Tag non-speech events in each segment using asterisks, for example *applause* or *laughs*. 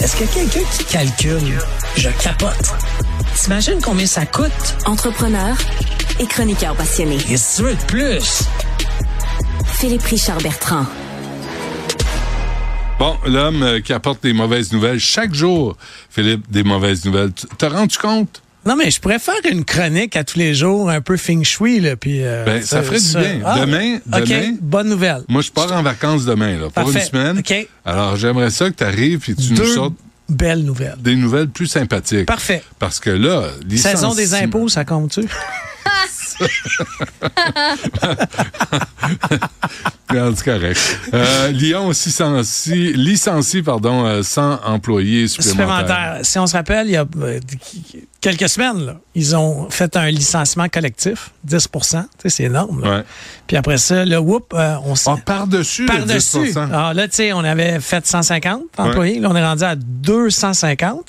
Est-ce que quelqu'un qui calcule, je capote. T'imagines combien ça coûte? Entrepreneur et chroniqueur passionné. Et si tu veux de plus? Philippe Richard Bertrand. Bon, l'homme euh, qui apporte des mauvaises nouvelles chaque jour, Philippe, des mauvaises nouvelles. Tu- Te rends-tu compte? Non, mais je préfère une chronique à tous les jours, un peu feng shui, là, puis... euh, Ah, Ben, ça ferait du bien. Demain- OK, demain- bonne nouvelle. Moi, je pars en vacances demain, là, pour Parfait. une semaine. OK. Alors, j'aimerais ça que tu arrives et tu nous Deux sortes belles nouvelles. des nouvelles plus sympathiques. Parfait. Parce que là, Saison des *laughs* licenciement- impôts, ça compte-tu? Regarde, c'est correct. Euh, Lyon licencie, licencie pardon, euh, 100 employés supplémentaires. Supplémentaire. Si on se rappelle, il y a euh, quelques semaines, là, ils ont fait un licenciement collectif, 10 Tu sais, C'est énorme. là. Ouais. Puis après ça, là, whoop, euh, on s'est... Ah, par-dessus le Par-dessus. Ah, 10%. Alors là, tu sais, on avait fait 150 employés. Là, on est rendu à 250.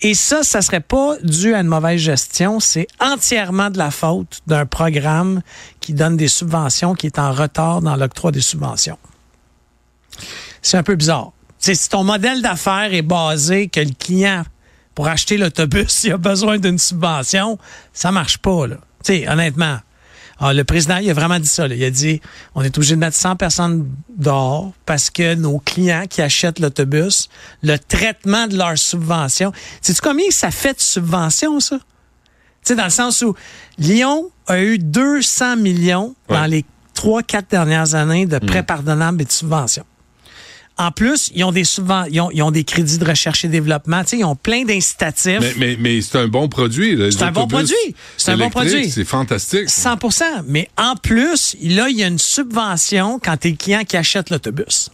Et ça, ça serait pas dû à une mauvaise gestion. C'est entièrement de la faute d'un programme qui donne des subventions, qui est en retard dans l'octroi des subventions. C'est un peu bizarre. Tu sais, si ton modèle d'affaires est basé que le client, pour acheter l'autobus, *laughs* il a besoin d'une subvention, ça marche pas, là. Tu sais, honnêtement. Ah, le président, il a vraiment dit ça. là. Il a dit on est obligé de mettre 100 personnes dehors parce que nos clients qui achètent l'autobus, le traitement de leur subvention. Sais-tu combien ça fait de subvention, ça? Tu sais, dans le sens où Lyon a eu 200 millions dans Ouais. Mm. les 3-4 dernières années de prêts pardonnables et de subventions. En plus, ils ont des subven- ils ont, ils ont des crédits de recherche et développement. Tu sais, ils ont plein d'incitatifs. Mais, mais, mais c'est un bon produit. là, les C'est un bon autobus produit. C'est un bon électriques, produit. C'est fantastique. 100 Mais en plus, là, il y a une subvention quand t'es le client qui achète l'autobus.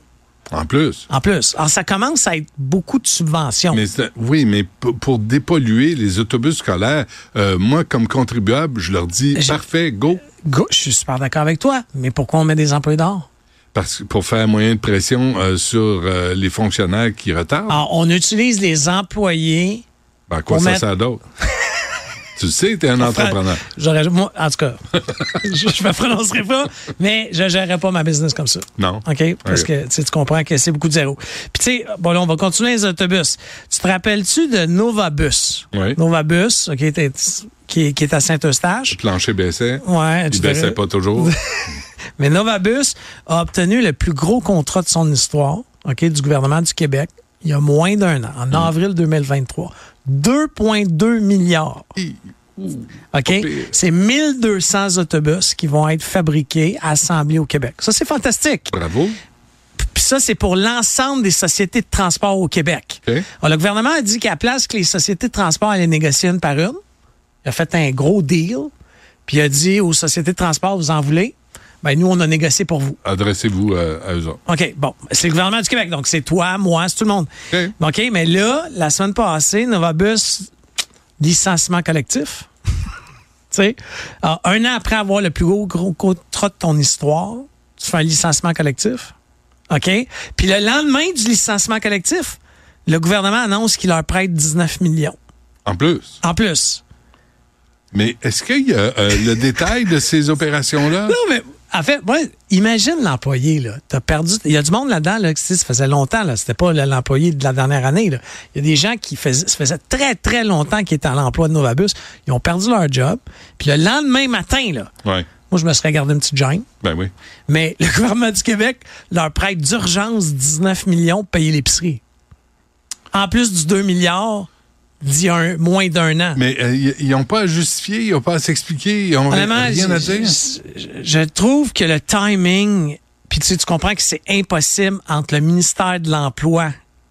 En plus. En plus. Alors, ça commence à être beaucoup de subventions. Mais c'est- oui, mais p- pour dépolluer les autobus scolaires, euh, moi, comme contribuable, je leur dis J'ai- parfait, go. Go, je suis super d'accord avec toi. Mais pourquoi on met des employés dehors? Parce que pour faire moyen de pression euh, sur euh, les fonctionnaires qui retardent, Alors, on utilise les employés. ben, à quoi on ça met- *laughs* sert d'autre? tu le sais, t'es un entrepreneur. J'aurais, moi, en tout cas, *laughs* je, je me prononcerai pas, mais je gérerais pas ma business comme ça. Non. OK? Parce OK. que tu sais, tu comprends que c'est beaucoup de zéro. Puis, tu sais, bon, là, on va continuer les autobus. Tu te rappelles-tu de Novabus? Oui. Novabus, OK, t'es- qui, est- qui est à Saint-Eustache. Plancher baissait. Ouais, Il tu baissait devrais- *laughs* pas toujours. Mais Novabus a obtenu le plus gros contrat de son histoire, OK, du gouvernement du Québec, il y a moins d'un an, Mm. en avril 2023. 2,2 milliards. OK? pire. C'est 1200 autobus qui vont être fabriqués, assemblés au Québec. Ça, c'est fantastique. Bravo. Puis ça, c'est pour l'ensemble des sociétés de transport au Québec. OK. Alors, le gouvernement a dit qu'à la place que les sociétés de transport allaient négocier une par une, il a fait un gros deal, puis il a dit aux sociétés de transport, vous en voulez? Ben, nous, on a négocié pour vous. Adressez-vous euh, à eux autres. OK, bon, c'est le gouvernement du Québec, donc c'est toi, moi, c'est tout le monde. OK. OK, mais là, la semaine passée, Novabus, licenciement collectif. *laughs* tu sais, Alors, un an après avoir le plus gros, gros contrat de ton histoire, tu fais un licenciement collectif. OK? Puis le lendemain du licenciement collectif, le gouvernement annonce qu'il leur prête 19 millions. En plus. En plus. Mais est-ce qu'il y a euh, le détail *laughs* de ces opérations-là? Non, mais en fait, moi, imagine l'employé, là. T'as perdu. Il y a du monde là-dedans, là, que tu sais, ça faisait longtemps, là. C'était pas là, l'employé de la dernière année, là. Il y a des gens qui faisaient, ça faisait très, très longtemps qu'ils étaient à l'emploi de Novabus. Ils ont perdu leur job. Puis le lendemain matin, là, Oui. moi, je me serais gardé une petite gêne. Ben oui. Mais le *laughs* gouvernement du Québec leur prête d'urgence 19 millions pour payer l'épicerie. En plus du 2 milliards d'il y a un- moins d'un an. Mais euh, y- ils n'ont pas à justifier, ils n'ont pas à s'expliquer, ils n'ont Honnêtement, rien à je- dire. je- je trouve que le timing, puis tu, sais, tu comprends que c'est impossible entre le ministère de l'Emploi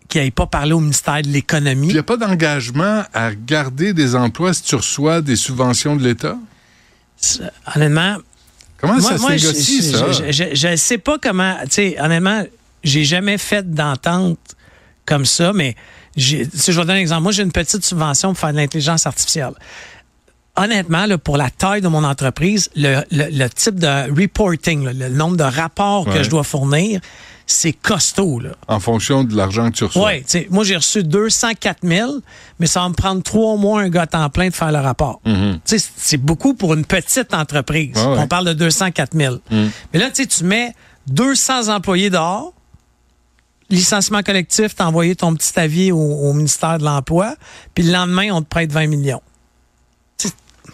qui n'aille pas parler au ministère de Il l'Économie. n'y a pas d'engagement à garder des emplois si tu reçois des subventions de l'État? Euh, Honnêtement, Comment moi, ça se moi, je- négocie, je- ça? je- je- Je ne sais pas comment. Tu sais, honnêtement, j'ai jamais fait d'entente comme ça, mais j'ai- tu sais, je vais donner un exemple. Moi, j'ai une petite subvention pour faire de l'intelligence artificielle. Honnêtement, là, pour la taille de mon entreprise, le, le- le type de reporting, là, le nombre de rapports Ouais. que je dois fournir, c'est costaud. Là. En fonction de l'argent que tu reçois. Ouais, tu sais, moi, j'ai reçu 204 000, mais ça va me prendre trois mois, un gars à temps plein, de faire le rapport. Tu sais, c'est- C'est beaucoup pour une petite entreprise. Mhm. Ouais, Mhm. ouais. On parle de 204 000. Mais là, tu sais, tu mets 200 employés dehors, licenciement collectif, t'as envoyé ton petit avis au, au ministère de l'Emploi, puis le lendemain, on te prête 20 millions.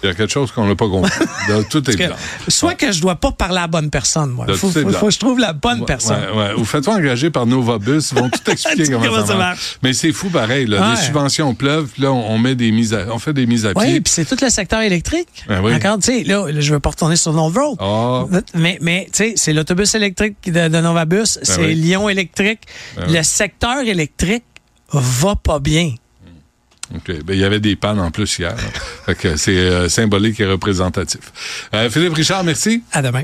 Il y a quelque chose qu'on n'a *laughs* pas compris. De tout est Que- blanc. soit que je dois pas parler à la bonne personne, moi. De- faut, c'est faut- blanc. faut que je trouve la bonne personne. Ouais, ouais. Ou faites-vous engager par Novabus, ils vont *laughs* tout expliquer Tout comment, comment ça ça marche. marche. Mais c'est fou pareil, là. Les Ouais. subventions pleuvent, puis là, on, on met des mises à, on fait des mises à Oui, pied. puis c'est tout le secteur électrique. Ben oui. Encore, tu sais, là, je veux pas retourner sur North Road. Ah. Mais, mais tu sais, c'est l'autobus électrique de, de Novabus, c'est Ben oui. Lyon électrique. Ben le oui. secteur électrique va pas bien. OK. Ben, Il y avait des pannes *laughs* en plus hier. là. Fait que c'est euh, symbolique et représentatif. Euh, Philippe Richard, merci. À demain.